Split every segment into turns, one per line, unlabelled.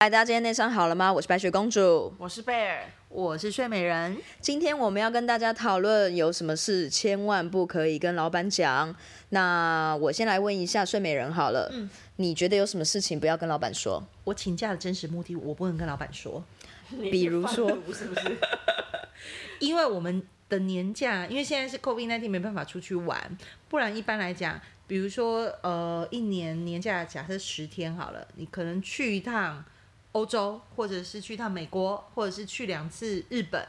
嗨，大家今天内伤好了吗？我是白雪公主。
我是贝尔，我是睡美人。
今天我们要跟大家讨论有什么事千万不可以跟老板讲。那我先来问一下睡美人好了，你觉得有什么事情不要跟老板说？
我请假的真实目的，我不能跟老板说，
比如说，
因为我们的年假，因为现在是 COVID 1 9没办法出去玩，不然一般来讲，比如说呃，一年年假假设十天好了，你可能去一趟欧洲，或者是去一趟美国，或者是去两次日本，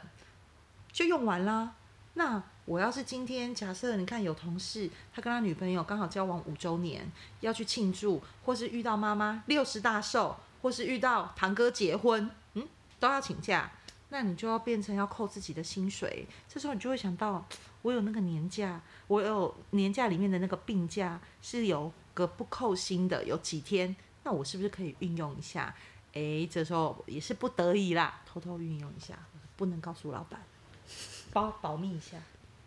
就用完啦。那我要是今天假设你看有同事，他跟他女朋友刚好交往五周年，要去庆祝，或是遇到妈妈六十大寿，或是遇到堂哥结婚，嗯，都要请假，那你就要变成要扣自己的薪水。这时候你就会想到，我有那个年假，我有年假里面的那个病假是有个不扣薪的，有几天，那我是不是可以运用一下？诶，这时候也是不得已啦，偷偷运用一下，不能告诉老板，保保密一下。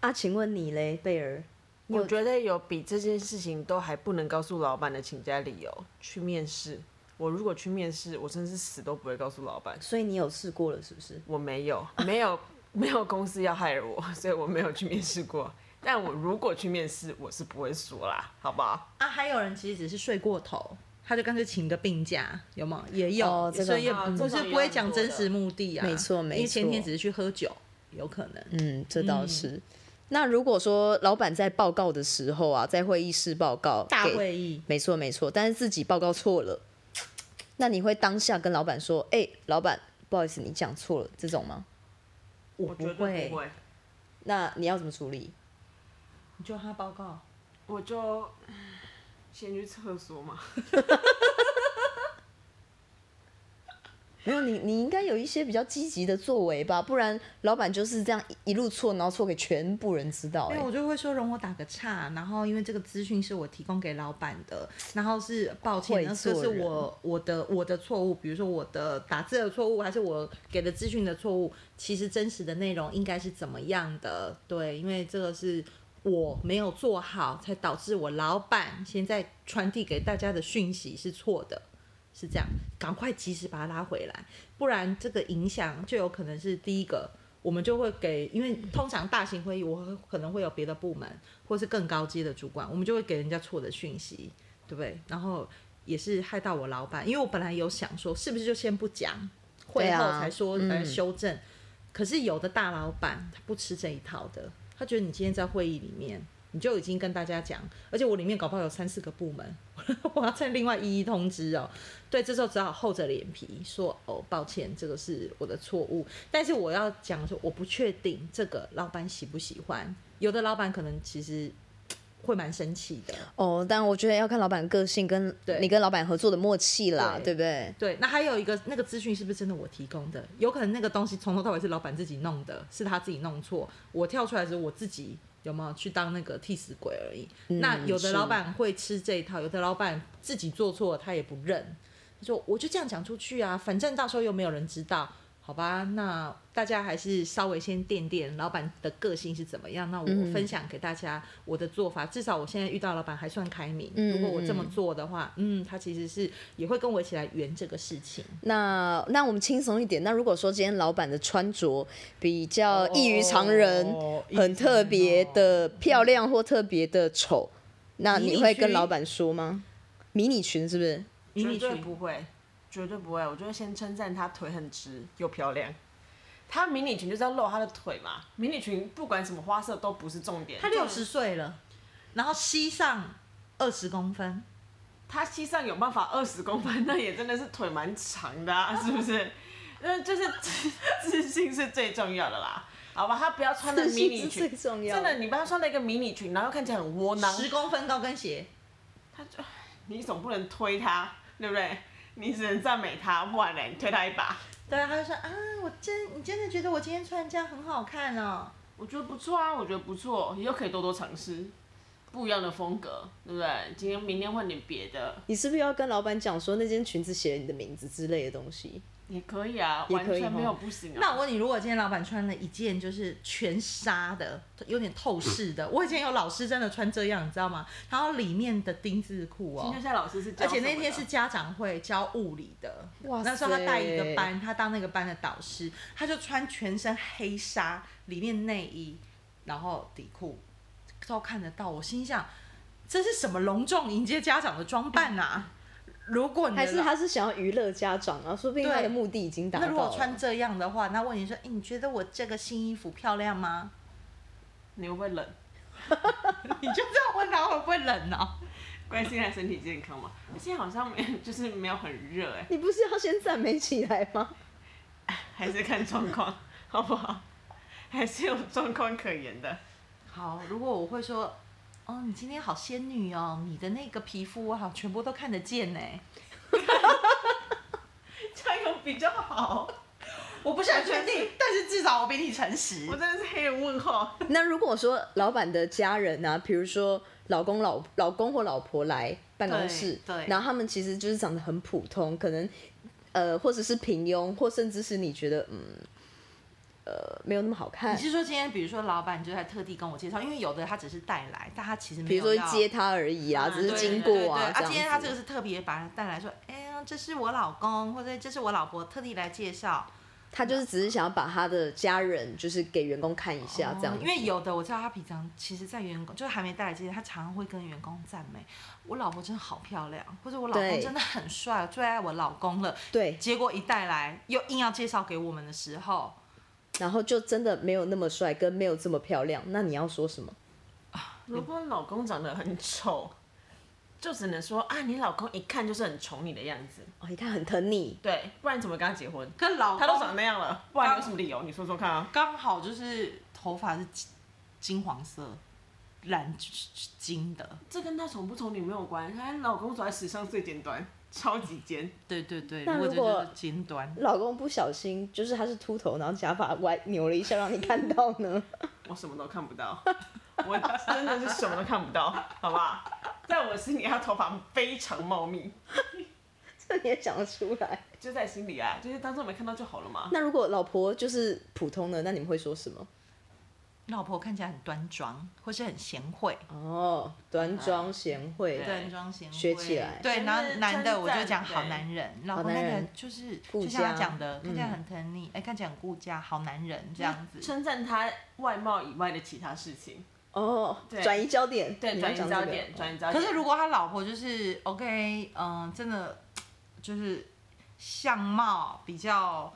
啊，请问你嘞，贝尔？你有
我觉得有比这件事情都还不能告诉老板的请假理由去面试。我如果去面试，我真是死都不会告诉老板。
所以你有试过了是不是？
我没有，没有，没有公司要害我， 所以我没有去面试过。但我如果去面试，我是不会说啦，好不好？
啊，还有人其实只是睡过头，他就干脆请个病假，有吗？也有，
哦这个
所以也
嗯
不
这
是
种也
不会
很
讲
多
真
的
实目的啊。
没错没
因为前天
错
只是去喝酒，有可能。
嗯，这倒是。那如果说老板在报告的时候啊，在会议室报告，
大
给
会议，
没错没错，但是自己报告错了，那你会当下跟老板说：“哎、老板，不好意思，你讲错了。”这种吗？
我
绝对
会
不，会，
那你要怎么处理？
你就他报告。
我就先去厕所嘛。
没有你，你应该有一些比较积极的作为吧，不然老板就是这样一路错，然后错给全部人知道、
因为
哎，
我就会说容我打个岔，然后因为这个资讯是我提供给老板的，然后是抱歉，
会
那这
做
是
人
我我的我的错误，比如说我的打字的错误，还是我给的资讯的错误，其实真实的内容应该是怎么样的？对，因为这个是我没有做好，才导致我老板现在传递给大家的讯息是错的。是这样，赶快及时把它拉回来，不然这个影响就有可能是第一个，我们就会给，因为通常大型会议，我会可能会有别的部门或是更高阶的主管，我们就会给人家错的讯息，对不对？然后也是害到我老板，因为我本来有想说，是不是就先不讲，会
对
后
啊
才说来
嗯
修正。可是有的大老板他不吃这一套的，他觉得你今天在会议里面。你就已经跟大家讲，而且我里面搞不好有三四个部门，我要再另外一一通知哦。对，这时候只好厚着脸皮说：“哦，抱歉，这个是我的错误。”但是我要讲说，我不确定这个老板喜不喜欢。有的老板可能其实会蛮生气的。
哦，但我觉得要看老板个性跟
对
你跟老板合作的默契啦，对
对
不对？
对，那还有一个那个资讯是不是真的我提供的？有可能那个东西从头到尾是老板自己弄的，是他自己弄错。我跳出来的时候，我自己有没有去当那个替死鬼而已？那有的
是
老板会吃这一套，有的老板自己做错了他也不认，他说我就这样讲出去啊，反正到时候又没有人知道。好吧，那大家还是稍微先垫垫老板的个性是怎么样。那我
嗯
分享给大家我的做法，至少我现在遇到老板还算开明。
嗯
如果我这么
嗯嗯
做的话，嗯，他其实是也会跟我一起来圆这个事情。
那那我们轻松一点。那如果说今天老板的穿着比较异于常人，
哦
很特别
哦
的漂亮或特别的丑，那
迷你
你会跟
裙
老板说吗？迷你裙是不是？
迷
绝
你
对
裙
不会，绝对不会。我就会先称赞她腿很直又漂亮。她迷你裙就是要露她的腿嘛，迷你裙不管什么花色都不是重点。
他
重
六十岁了，然后膝上二十公分，
他膝上有办法二十公分，那也真的是腿蛮长的、啊，是不是？那就是自自信是最重要的啦，好吧？他不要穿的迷你
是最
裙，
重要
真的，你不要穿了一个迷你裙，然后看起来很窝囊，
十公分高跟鞋，
他就你总不能推他，对不对？你只能赞美他，不然嘞，你推他一把，
对啊，他就说啊，我真你真的觉得我今天穿这样很好看哦。
我觉得不错啊，我觉得不错，以后可以多多尝试。不一样的风格，对不对？今天明天换点别的
你是不是要跟老板讲说那件裙子写了你的名字之类的东西？
也可以啊，
也
完
可以
全没有
吼
不行啊。
那我问你，如果今天老板穿了一件就是全纱的，有点透视
嗯
的，我以前有老师真的穿这样，你知道吗？然后里面的丁字裤
今
哦
天，夏老师是教
而
什
且
么的，
那天是家长会教物理的，
哇
那时候他
塞
带一个班，他当那个班的导师，他就穿全身黑纱，里面内衣，然后底裤，都看得到。我心想，这是什么隆重迎接家长的装扮啊？如果你的
还是
老
他是想要娱乐家长啊？说不定他
对
的目的已经达到
那
了。
如果穿这样的话，那问你说，哎、你觉得我这个新衣服漂亮吗？
你会不会冷？
你就这样问他会不会冷哦？
关心一下身体健康嘛。现在好像没有，就是没有很热哎、
你不是要先赞美起来吗？
还是看状况，好不好？还是有状况可言的。
好，如果我会说，哦，你今天好仙女哦，你的那个皮肤我好全部都看得见呢。
这样有比较好。
我不想确定，但是至少我比你诚实
我。真的是黑人问号。
那如果说老板的家人啊，比如说老公老老公或老婆来办公室，
对对
然后他们其实就是长得很普通，可能呃或者是平庸，或甚至是你觉得嗯呃没有那么好看
你，是说今天，比如说老板就在特地跟我介绍，因为有的他只是带来，但他其实没
比如
有
说
要
接他而已啊，
嗯
只是
对
经
对对
过啊
对啊，今天他
这
这
样
个
子。
是特别把他带来说，哎呀，这是我老公，或者这是我老婆特地来介绍，
他就是只是想要把他的家人就是给员工看一下这样
哦
子，
因为有的我知道他平常其实，在员工就是还没带来之前，他常常会跟员工赞美，我老婆真的好漂亮，或者我老公
对
真的很帅，我最爱我老公了。
对，
结果一带来又硬要介绍给我们的时候，
然后就真的没有那么帅，跟没有这么漂亮，那你要说什么？
如果老公长得很丑，就只能说啊，你老公一看就是很宠你的样子。
哦，你看很疼你，
对，不然你怎么跟他结婚？
跟老公
他都长那样了，不然你有什么理由？你说说看啊。
刚好就是头发是金金黄色，染金的。
这跟他宠不宠你没有关系，她老公走在时尚最尖端，超级尖。
对对对，
那
或
如
者
果
就是尖端，
老公不小心，就是他是秃头，然后假发歪扭了一下，让你看到呢。
我什么都看不 到，我真的是什么都看不到，好吧？在我心里，他头发非常茂密，
这你也讲得出来？
就在心里啊，就是当做没看到就好了嘛。
那如果老婆就是普通的，那你们会说什么？
你老婆看起来很端庄，或是很贤惠，
哦，端庄贤惠，
对
端庄贤惠。
学起来
对，
真
然
是
后男的
称
我就
赞
讲
对
好男人，老
好
婆
男
看起来
人
就是
顾
就像他
家
讲的，看起来
嗯
很疼你，哎，看起来很顾家，好男人这样子。
嗯称赞他外貌以外的其他事情，
哦，转移焦点，
对，
你要
转移
讲这
焦
个
点，转移焦
可
点。
是如果他老婆就是 OK，嗯、真的就是相貌比较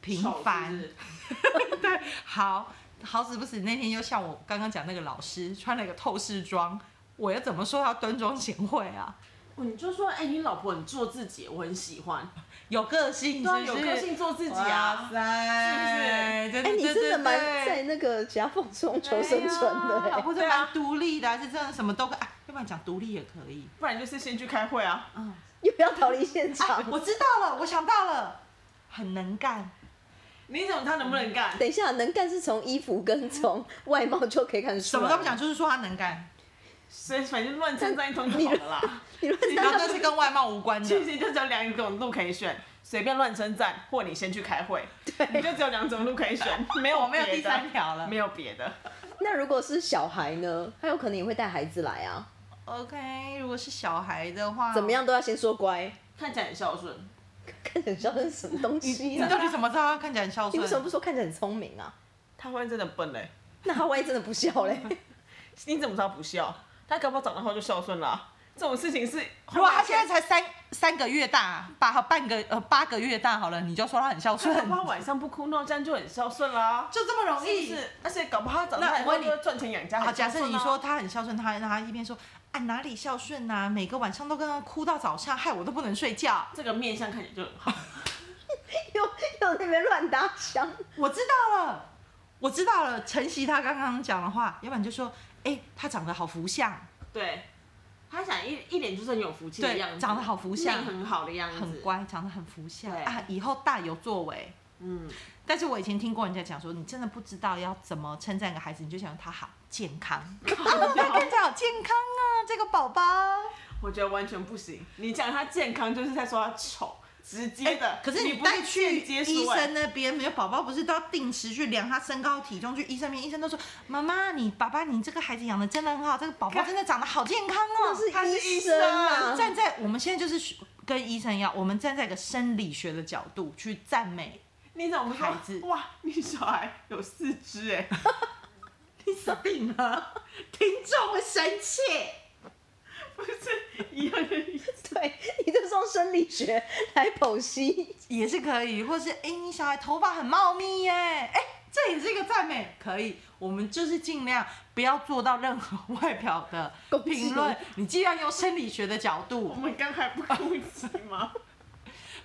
平
丑
凡，
是不是
好好死不死，那天又像我刚刚讲那个老师穿了一个透视装，我要怎么说他端庄贤惠啊？
哦你就说，哎、你老婆很做自己，我很喜欢，
有个性
对
是不
啊，
是，
有个性做自己
哇
啊。
塞，是不是？
哎、你真的蛮在
对
那个夹缝中求生存的、
对啊老
哎
婆真的蛮独立的啊、是真的什么都可以，啊要不然讲独立也可以。
不然就是先去开会啊，
又要逃离现场。
啊我知道了，我想到了，很能干。
你怎么他能不能干？
等一下，能干是从衣服跟从外貌就可以看出来，
什么都不讲，。就是说他能干，
所以反正乱称赞一通就好了啦。
你论
然后这是跟外貌无关
其
的。
实就只有两种路可以选，随便乱称赞，或你先去开会，你就只有两种路可以选，没有
我没有
别
第
的
三条了
没有别的。
那如果是小孩呢？他有可能也会带孩子来啊，
OK，如果是小孩的话，
怎么？样都要先说乖。
看起来很孝顺，
看起来很孝顺是什么东西
你
啊？
到底怎么知道他看起来很孝
你
顺？
为什么不说看起来很聪明啊？
他会真的笨欸嘞、
那他万一真的不孝 嘞？
你怎么知道不孝？他搞不好长大后就孝顺啦、这种事情是，
如果他现在才三三个月大，把半个呃八个月大好了，你就说他很孝顺
他，搞不好晚上不哭闹，这样就很孝顺 啦、
就这么容易。
是不是，而且搞不好他长
那
大以
我
后
问
就
你
会赚钱养家、
好，
很孝
假
顺
设
啊
你说他很孝顺，他让他一边说啊哪里孝顺呐、每个晚上都跟他哭到早上，害我都不能睡觉。
这个面相看起来就很 好，
又又在那边乱搭腔，
我知道了，我知道了，承袭他刚刚讲的话，要不然就说，哎、他长得好福相，
对，他想一一脸就是很有福气的
对
样子，
长得好福相
命很好的样子，
很乖，长得很福相
对
啊，以后大有作为。嗯，但是我以前听过人家讲说，你真的不知道要怎么称赞一个孩子，你就想他好健 康， 啊，他看起来好健康啊，这个宝宝。
我觉得完全不行。你讲他健康，就是在说他丑，直接的。
哎可是
你不
带去
间接
医
说哎
生那边，没有宝宝不是都要定时去量他身高体重？去医生面，医生都说：“妈妈，你爸爸，你这个孩子养的真的很好，这个宝宝真的长得好健康哦。”
他
是
是
医
医
生
生
啊
啊，
站在我们现在就是跟医生一样，我们站在一个生理学的角度去赞美
你怎么不说
孩子
哇，你小孩有四肢哎，
你生病了，听众会生气。
不是一样的意思。
对，你就用生理学来剖析，
也是可以，或是哎、诶你小孩头发很茂密耶，哎、这也是一个赞美，可以。我们就是尽量不要做到任何外表的
攻击
评论，你尽量用生理学的角
我
度，
们刚才不攻击吗？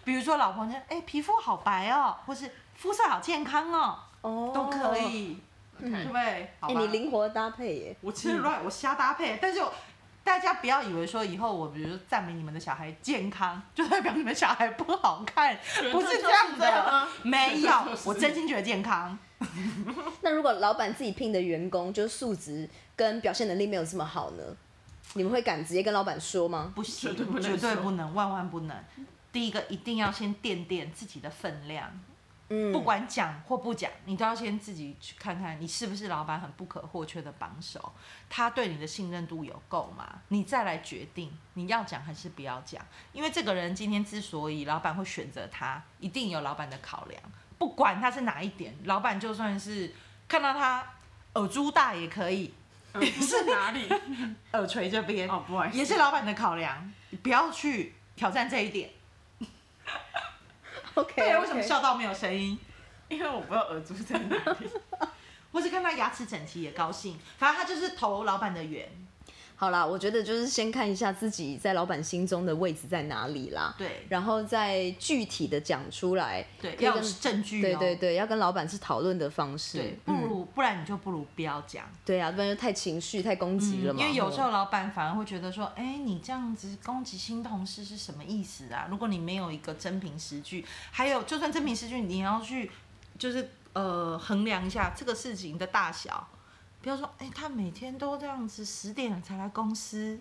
比如说老婆就哎、诶皮肤好白哦，或是肤色好健康哦，
哦
都可。以，对不对？好
哎、
吧。
你灵活搭配耶，
我其实乱，我瞎搭配，但是我大家不要以为说以后我比如说赞美你们的小孩健康，就代表你们小孩不好看，不是这样
这样
的
啊，
没有
这就，是
我真心觉得健康。
那如果老板自己聘的员工，就是素质跟表现能力没有这么好呢，你们会敢直接跟老板说吗？
不行，
绝对不能
绝对
说
不能，万万不能。第一个一定要先垫垫自己的分量，
嗯，
不管讲或不讲，你都要先自己去看看你是不是老板很不可或缺的帮手，他对你的信任度有够吗？你再来决定你要讲还是不要讲，因为这个人今天之所以老板会选择他，一定有老板的考量，不管他是哪一点，老板就算是看到他耳珠大也可以，
呃不是哪里？
耳垂这边
哦不好意思
也是老板的考量，你不要去挑战这一点。
OK，
对，啊为什么
OK
笑到没有声音？
因为我不知道耳珠在哪里。
或是看到牙齿整齐也高兴，反正他就是投老板的缘。
好啦，我觉得就是先看一下自己在老板心中的位置在哪里啦，
对
然后再具体的讲出来，
对，
可以
要有
跟
证据、哦。
对对对，要跟老板是讨论的方式，
对不
嗯
如、不然你就不如不要讲。
对啊，不然就太情绪、太攻击了
嗯因
嘛。
为有时候
哦
老板反而会觉得说，哎、你这样子攻击新同事是什么意思啊？如果你没有一个真凭实据，还有就算真凭实据，你也要去就是呃衡量一下这个事情的大小，不要说，哎、他每天都这样子十点了才来公司。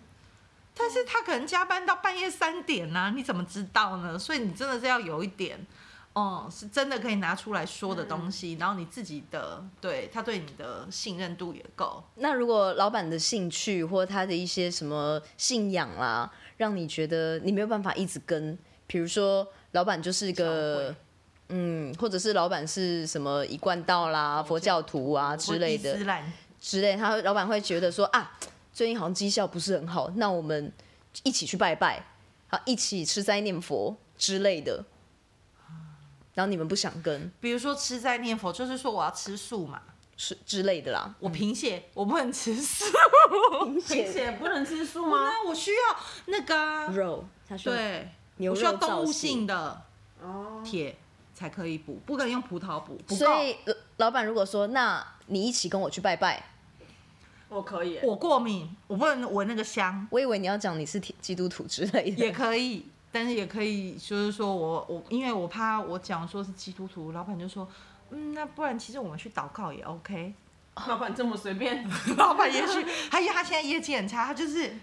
但是他可能加班到半夜三点呐、你怎么知道呢？所以你真的是要有一点，哦、是真的可以拿出来说的东西，然后你自己的对他对你的信任度也够，
那如果老板的兴趣或他的一些什么信仰啦，让你觉得你没有办法一直跟，比如说老板就是一
教
个
会。
嗯，或者是老板是什么一贯道啦、佛教徒啊之类的
伊，斯兰
之类，他老板会觉得说啊，最近好像绩效不是很好，那我们一起去拜拜，好一起吃斋念佛之类的。然后你们不想跟
比如说吃斋念佛，就是说我要吃素嘛，
是之类的啦，
我贫
嗯
血，我不能吃素。
啊
贫血不能吃素啊吗？
那我需要那个啊、
肉，他说
对，
牛
我需
肉
要动
造
物
型
性的
哦，
铁才可以补，不可以用葡萄补，不够。
所以呃老板如果说，那你一起跟我去拜拜，
我可以。
我过敏，我不能闻那个香，
我以为你要讲你是天基督徒之类的，
也可以，但是也可以，就是说我我因为我怕我讲说是基督徒，老板就说。嗯，那不然其实我们去祷告也 OK。
老板这么随便，
老板也许，还有他现在业绩很差，他就是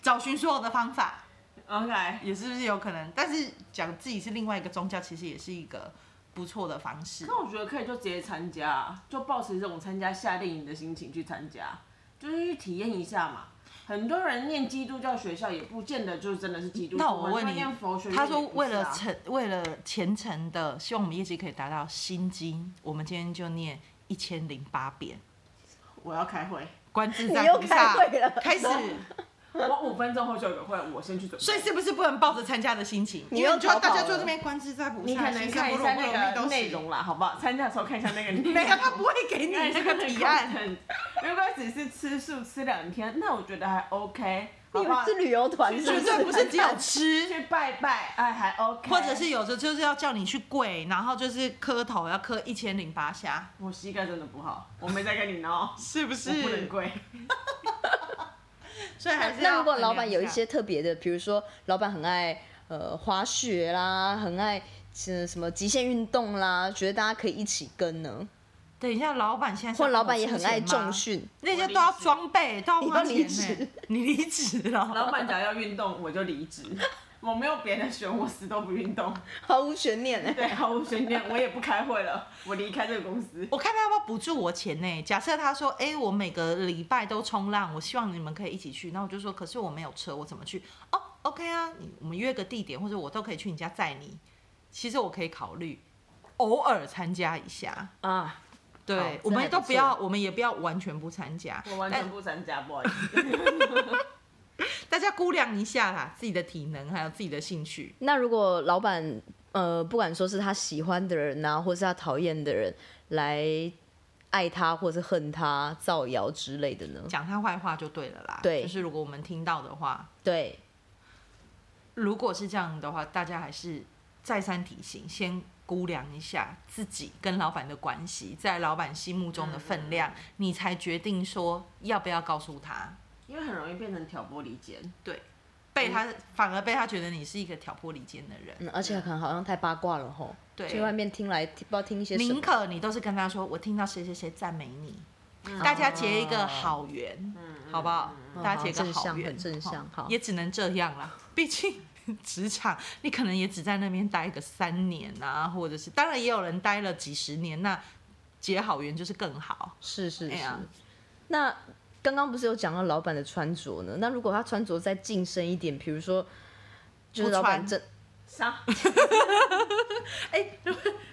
找寻所有的方法，
OK，
也是不是有可能？但是讲自己是另外一个宗教，其实也是一个不错的方式。
那我觉得可以就直接参加，啊就抱持这种参加夏令营的心情去参加，就是去体验一下嘛。很多人念基督教学校也不见得就真的是基督徒，
那我问
很多人
你
念佛学，院
他
也
说
不是
为了
啊
成为了虔诚的，希望我们业绩可以达到心经，我们今天就念一千零八遍。
我要开 会，
观自
你
在
又
菩
开
萨
会了
开始，
我五分钟后就有个会，我先去准备。
所以是不是不能抱着参加的心情？
你
因为
又
你就要
逃跑
大家坐
了
这边观自在菩萨，
你可能
行
看
深
一
不容
下
不容
那
易
个
都
内
行。
容啦，好不好？参加的时候看一下 那个内容。
没有，他不会给你
看一下
那
那
个提案。
content。如 果只是吃素吃两天，那我觉得还 OK，好
你
不好
们？ 是旅游团是不
绝
是？
对不是只有 吃，
去拜拜，哎，还 OK。
或者是有时候就是要叫你去跪，然后就是磕头要磕一千零八下，
我膝盖真的不好，我没在跟你 闹，
是不
我不能
是？
跪。
所以还是要
那如果老板
衡量
有一
下
些特别的，比如说老板很爱呃滑雪啦，很爱是什么极限运动啦，觉得大家可以一起跟呢，
等一下，老板现在是
或
要
者老板也
跟我
很
出
爱
钱吗
重，训，
那些都要装备，都要花
你要离
钱
职
呢。你离职了，
老板讲要运动，我就离职。 我没有别的选，我死都不运动。
毫无悬念哎、
对，毫无悬念，我也不开会了， 我离开这个公司。
我看他要不要补助我钱呢？假设他说，哎、我每个礼拜都冲浪，我希望你们可以一起去。那我就说，可是我没有车，我怎么去？哦，OK 啊，你我们约个地点，或者我都可以去你家载你。其实我可以考虑偶尔参加一下。
啊，好
对，我
这还
们都
不
不要，
错
我们也不要完全不参加。
我完全不参加，不好意思。
大家估量一下啦，自己的体能还有自己的兴趣。
那如果老板呃，不管说是他喜欢的人呐、或是他讨厌的人来爱他或是恨他、造谣之类的呢？
讲他坏话就对了啦。
对
就是如果我们听到的话，
对，
如果是这样的话，大家还是再三提醒，先估量一下自己跟老板的关系，在老板心目中的分量，你才决定说要不要告诉他。
因为很容易变成挑拨离间。
对，被他、反而被他觉得你是一个挑拨离间的人。
嗯，而且可能好像太八卦了吼，
对
去外面听来不知道听一些什
宁
么，
可你都是跟他说，我听到谁谁谁赞美你，
嗯
大家结一个好缘，嗯好不好？大家结个好缘，
嗯好正向很正向
哦
好
也只能这样啦。 毕竟职场，你可能也只在那边待个三年啊，或者是当然也有人待了几十年，那结好缘就是更好。
是是
哎
是。
呀
那刚刚不是有讲到老板的穿着呢？那如果他穿着再近身一点，比如说，就是
不
老板
穿
真
啥？
哎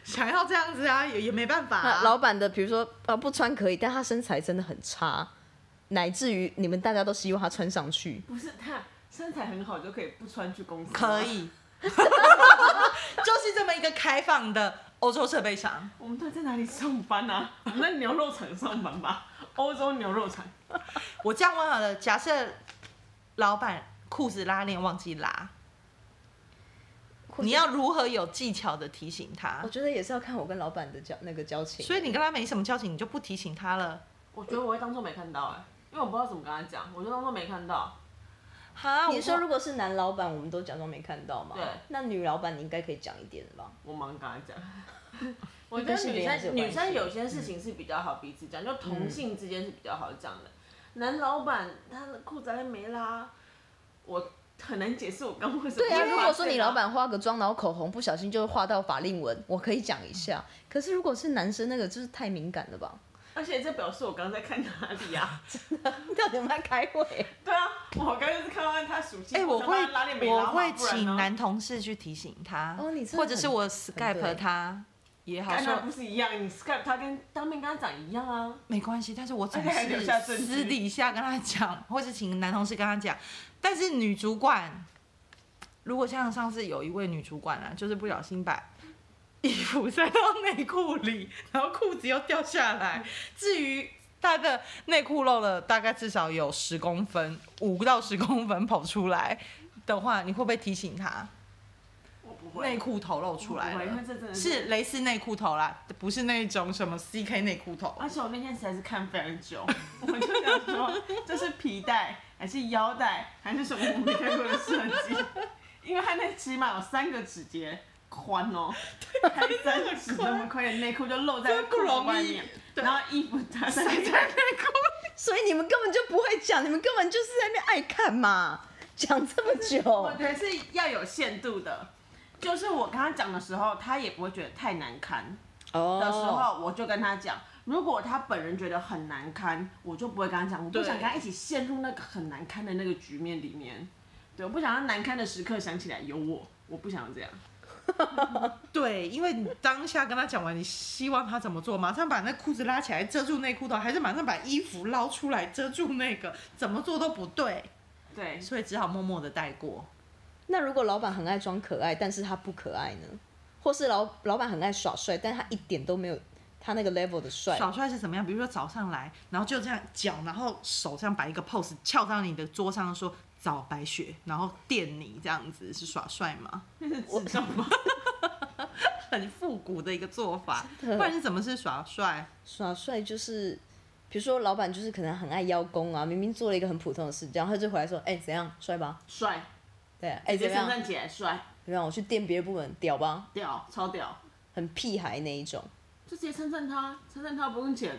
想要这样子啊，也也没办法、
那老板的，比如说啊不穿可以，但他身材真的很差，乃至于你们大家都希望他穿上去。
不是他身材很好就可以不穿去公司？
可。以， 就是这么一个开放的欧洲设备厂。
我们到底在哪里上班啊？ 我们在牛肉厂上班吧，欧洲牛肉厂。
我这样问好了，假设老板裤子拉链忘记拉，你要如何有技巧的提醒他
我？觉得也是要看我跟老板的交那个交情。
所以你跟他没什么交情，你就不提醒他了。
我觉得我会当做没看到哎、因为我不知道怎么跟他讲，我就当做没看到。
哈，
你说
我
如果是男老板，我们都假装没看到嘛？
对
那女老板你应该可以讲一点吧？
我忙跟他讲。 我觉得
性
女
别还是有
生女
关
生
系
有嗯些事情是比较好彼此讲，就同性之间是比较好讲的。男老板他的裤子还没拉，我很难解释我刚为什么
对
会发
啊，
现。
如果说你老板化个妆，然后口红不小心就画到法令纹，我可以讲一下。可是如果是男生，那个就是太敏感了吧？
而且这表示我刚刚在看哪里啊？
到底有没有在开会？
对啊，我刚刚就是看到他属性。
哎、我
想
会
把他拉链没拉
我
嘛
会
不然呢
请男同事去提醒他，
哦你真的
或者
很
是我
很对
Skype 他也好
干那
说
不是一样？你 Skype 他跟当面跟他长一样啊。
没关系，但是我总
而且还留下
是
证据
私底下跟他讲，或者请男同事跟他讲。但是女主管，如果像上次有一位女主管啊，就是不小心把衣服塞到内裤里，然后裤子又掉下来，至于。她的内裤漏了大概至少有十公分，五到十公分跑出来的话，你会不会提醒她？
我不
内
会。
裤头露出来
我不会因为这真
了？
的
是
是
蕾丝内裤头啦，不是那种什么 CK 内裤头。
而且我那天实在是看非常久，我就想说这是皮带还是腰带还是什么我没看过的设计，因为它那起码有三个指节宽哦，还三个指那么宽的内裤就露在
真不
裤子
容
外
易
面，
对
然后衣服搭在
塞在内裤。
所以你们根本就不会讲，你们根本就是在那边爱看嘛， 讲这么
我
哦
久
觉，得是要有限度的，就是我跟他讲的时候，他也不会觉得太难堪。
哦
的时候，我就跟他讲，如果他本人觉得很难堪，我就不会跟他讲，我不
对
想跟他一起陷入那个很难堪的那个局面里面。对，我不想让难堪的时刻想起来有我，我不想要这样。
对，因为你当下跟他讲完，你希望他怎么做？马上把那裤子拉起来遮住内裤头，还是马上把衣服捞出来遮住那个？怎么做都不对，
对，
所以只好默默的带过。
那如果老板很爱装可爱，但是他不可爱呢？或是老老板很爱耍帅，但他一点都没有他那个 level 的帅，
耍帅是怎么样？比如说早上来，然后就这样脚，然后手这样摆一个 pose，翘到你的桌上说“早白雪”，然后电你这样子是耍帅吗？
那是智障 吗？
很复古的一个做法，
真的
不然你怎么是耍帅？
耍帅就是，比如说老板就是可能很爱邀功啊，明明做了一个很普通的事，然后他就回来说，哎、怎样帅吧？
帅，
对啊，哎、
直
怎
接
么
称
样？
赞起来帅，
让我去电别的部门，屌吧，
屌，超屌，
很屁孩那一种。
就直接称赞他，称赞他不用钱，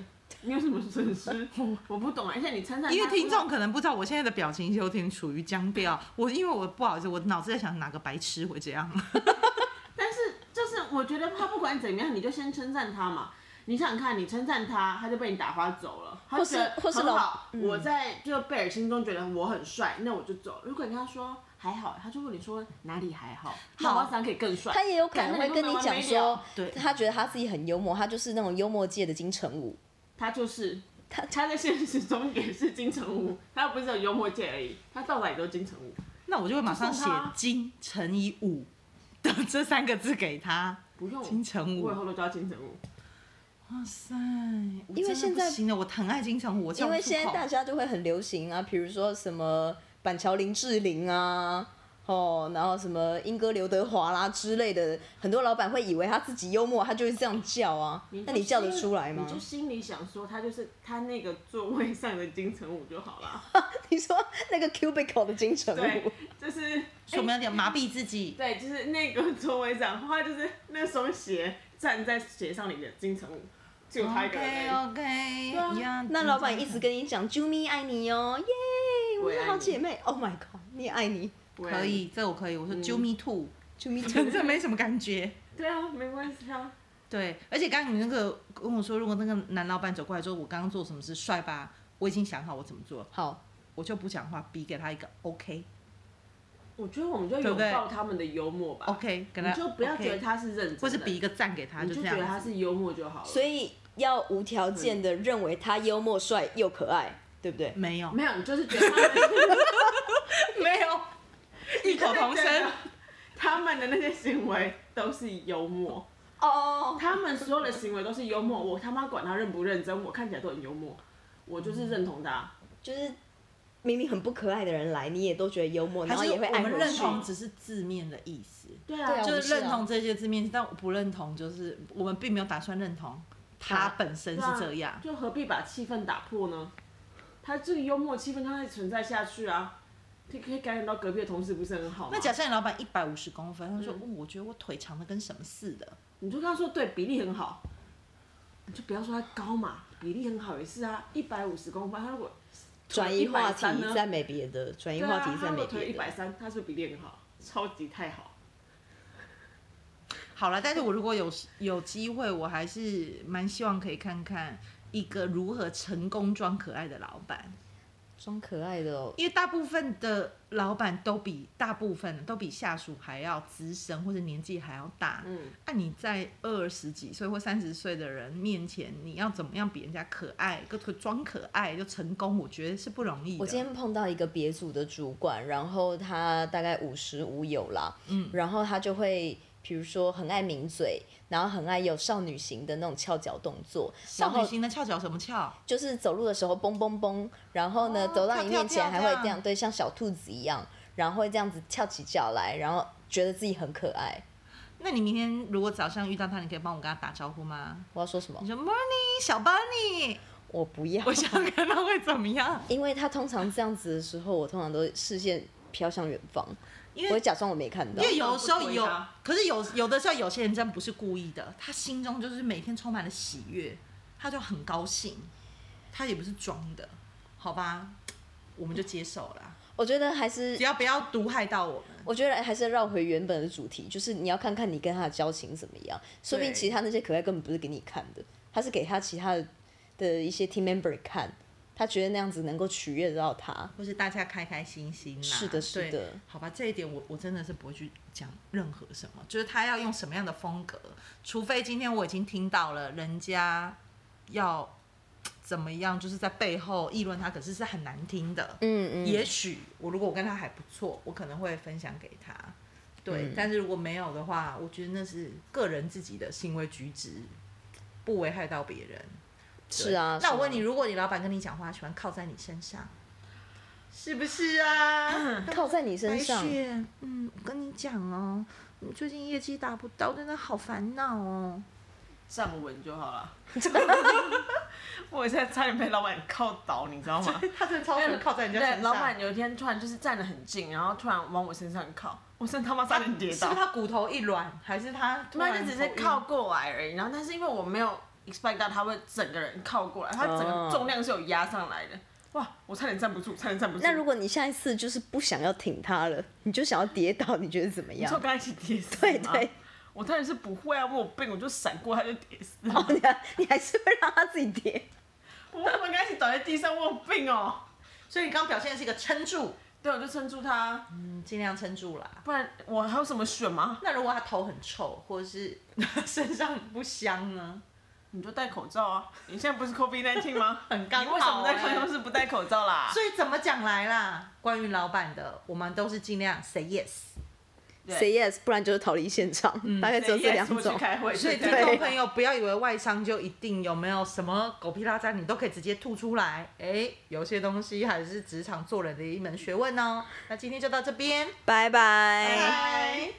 你有什么损 失？我不懂啊，而且你称赞他
因为听
之后
众可能不知道我现在的表情有点处于僵掉，我因为我不好意思，我脑子在想哪个白痴会这样。
但是就是我觉得他不管怎么样，你就先称赞他嘛。你想想看，你称赞他，他就被你打发走了，他就觉得
或是或是
很
老
好。我在就贝尔心中觉得我很帅，那我就走。如果你跟他说还好，他就问你说哪里还好，那我想可以更帅。
他也有可能会跟你讲说
对，
他觉得他自己很幽默，他就是那种幽默界的金城武。
他就是他，他在现实中也是金城武，他不是有幽默界而已，他到哪里都金城武。
那我就会马上
就
写
送他
“金乘以五”的这三个字给他。
不用
金城武
我以后都叫金城武。
哇塞！
因为现在
行了，我很爱金城武，我叫
因
不
为
出
现在
口
大家就会很流行啊，比如说什么板桥林志玲啊，哦，然后什么英歌刘德华啦之类的，很多老板会以为他自己幽默，他就会这样叫啊。那你叫得出来吗
你？就心里想说，他就是他那个座位上的金城武就好了。
你说那个 cubicle 的金城
对
武，，
就是哎
所以我们要点麻痹自己。
对，就是那个 座位上，他就是那双鞋站在鞋上里的金城武，只有他一个人
OK
而已。
OK，
啊
那老板一直跟你讲 j u m i 爱你哦，耶，我
我
们
也爱
是
你
好姐妹。Oh my god，你也爱你
不然
哦可。以，这我可以。我说 “J me too”，
j u m i
真的没什么感觉。
对啊，没关系啊。
对，而且刚刚你那个跟我说，如果那个男老板走过来说我刚刚做什么事帅吧，我已经想好我怎么做，
好，
我就不讲话，比给他一个 OK
我觉得我们就
对
拥
不对
抱他们的幽默吧。
OK，跟
哦你
他
就不要觉得
OK，
他是认真的，
或是比一个赞给他，
你
这
就觉得他
样子。
是幽默就好了。
所以要无条件的认为他幽默、帅又可爱，对不对？
没有，
没有，你就是觉得 他们
没有，异口同声。
他们的那些行为都是幽默。
哦，
他们所有的行为都是幽默，我他妈管他认不认真，我看起来都很幽默，我就是认同他。
就是明明很不可爱的人来，你也都觉得幽默，然后也会
我
爱
们
回
认
去
同只是字面的意思，
对
对
啊，
啊
就
就是认
我
同
们
这些字面，但我不认同，就是我们并没有打算认同他本身是这样。
啊就何必把气氛打破呢？他这个幽默气氛，他会存在下去啊，可以可以感染到隔壁的同事，不是很好吗？
那假设你老板一百五十公分，他
嗯
说、哦我觉得我腿长的跟什么似的，
你就跟他说对比例很好，你就不要说他高嘛，比例很好也是啊，一百五十公分，他如果
转移话题
130呢，
赞美别的，转移
对
话
啊，
题
他
赞美
如果推
别
一
的
百。三，他是不是比例很好，超级太好。
好了，但是我如果有有机会，我还是蛮希望可以看看一个如何成功装可爱的老板，
装可爱的哦，
因为大部分的老板都比大部分都比下属还要资深或者年纪还要大。
嗯，
那、你在二十几岁或三十岁的人面前，你要怎么样比人家可爱，个装可爱就成功？我觉得是不容易的。
我今天碰到一个别组的主管，然后他大概五十五有啦，嗯，然后他就会。比如说很爱抿嘴，然后很爱有少女型的那种翘脚动作，然
少
后
女心的翘脚什么翘？
就是走路的时候蹦蹦蹦，然后呢、
哦
走到你面前还会
跳跳跳
这样，对，像小兔子一样，然后会这样子翘起脚来，然后觉得自己很可爱。
那你明天如果早上遇到他，你可以帮我跟他打招呼吗？
我要说什么
你？说 Morning 小 Bunny，
我不要
我，想看他会怎么样。
因为他通常这样子的时候，我通常都视线飘向远方，
因为
我会假装我没看到
因。为有时候
不推
有
他，
可是有有的时候有些人真不是故意的，他心中就是每天充满了喜悦，他就很高兴，他也不是装的，好吧，我们就接受了，
我觉得还是
只，要不要毒害到我们。
我觉得还是绕回原本的主题，就是你要看看你跟他的交情怎么样，说不定
对
其他那些可爱根本不是给你看的，他是给他其他的的一些 team member 看，他觉得那样子能够取悦得到他。
或是大家开开心
啊
心啦，
是的是的
对，好吧，这一点我我真的是不会去讲任何什么，就是他要用什么样的风格，除非今天我已经听到了人家要怎么样，就是在背后议论他，可是是很难听的，
嗯嗯，
也许我如果我跟他还不错，我可能会分享给他。对，
嗯
但是如果没有的话，我觉得那是个人自己的行为举止，不危害到别人。对
是啊。
那
是
我问
啊
你，如果你老板跟你讲话喜欢靠在你身上，是不是啊？
靠在你身上
白，雪，嗯，我跟你讲哦，你最近业绩达不到，真的好烦恼哦。
站稳就好了。 我现在差点被老板靠倒，你知道 吗？
他真的超喜靠在人家
对，
身上。
老板有一天突然就是站得很近，然后突然往我身上靠，我真的他妈差点跌
是
倒
不是。他骨头一软，还是他突
没有，
然
就只
头
是
晕
靠过来而已。然后，但是因为我没有 expect 到他会整个人靠过来，他整个重量是有压上来的。哇，我差点站不住，差点站不住。
那如果你下一次就是不想要挺他了，你就想要跌倒，你觉得怎么
你
样
说？跟他一起跌死
对
吗
对，
我当然是不会啊，我有病，我就闪过他就跌死了。
哦，你还你还是会让他自己跌。
我为什么跟他一起倒在地上？我有病哦！
所以你刚刚表现的是一个撑住，
对，我就撑住他，
嗯，尽量撑住啦。
不然我还有什么选吗？
那如果他头很臭，或者是 身上不香呢？
你就戴口罩啊！你现在不是 COVID 19吗？
很刚好
你为什么在
欸
办公室不戴口罩啦？
所以怎么讲来啦？关于老板的，我们都是尽量 say yes。
对嗯
Say yes，不然就是逃离现场，大概只有这两
Yes，我去
种。
开会，
所以
对
听
不对
啊
众朋友不要以为外商就一定有没有什么狗屁拉渣，你都可以直接吐出来。哎、有些东西还是职场做人的一门学问哦。那今天就到这边，
拜拜。
拜。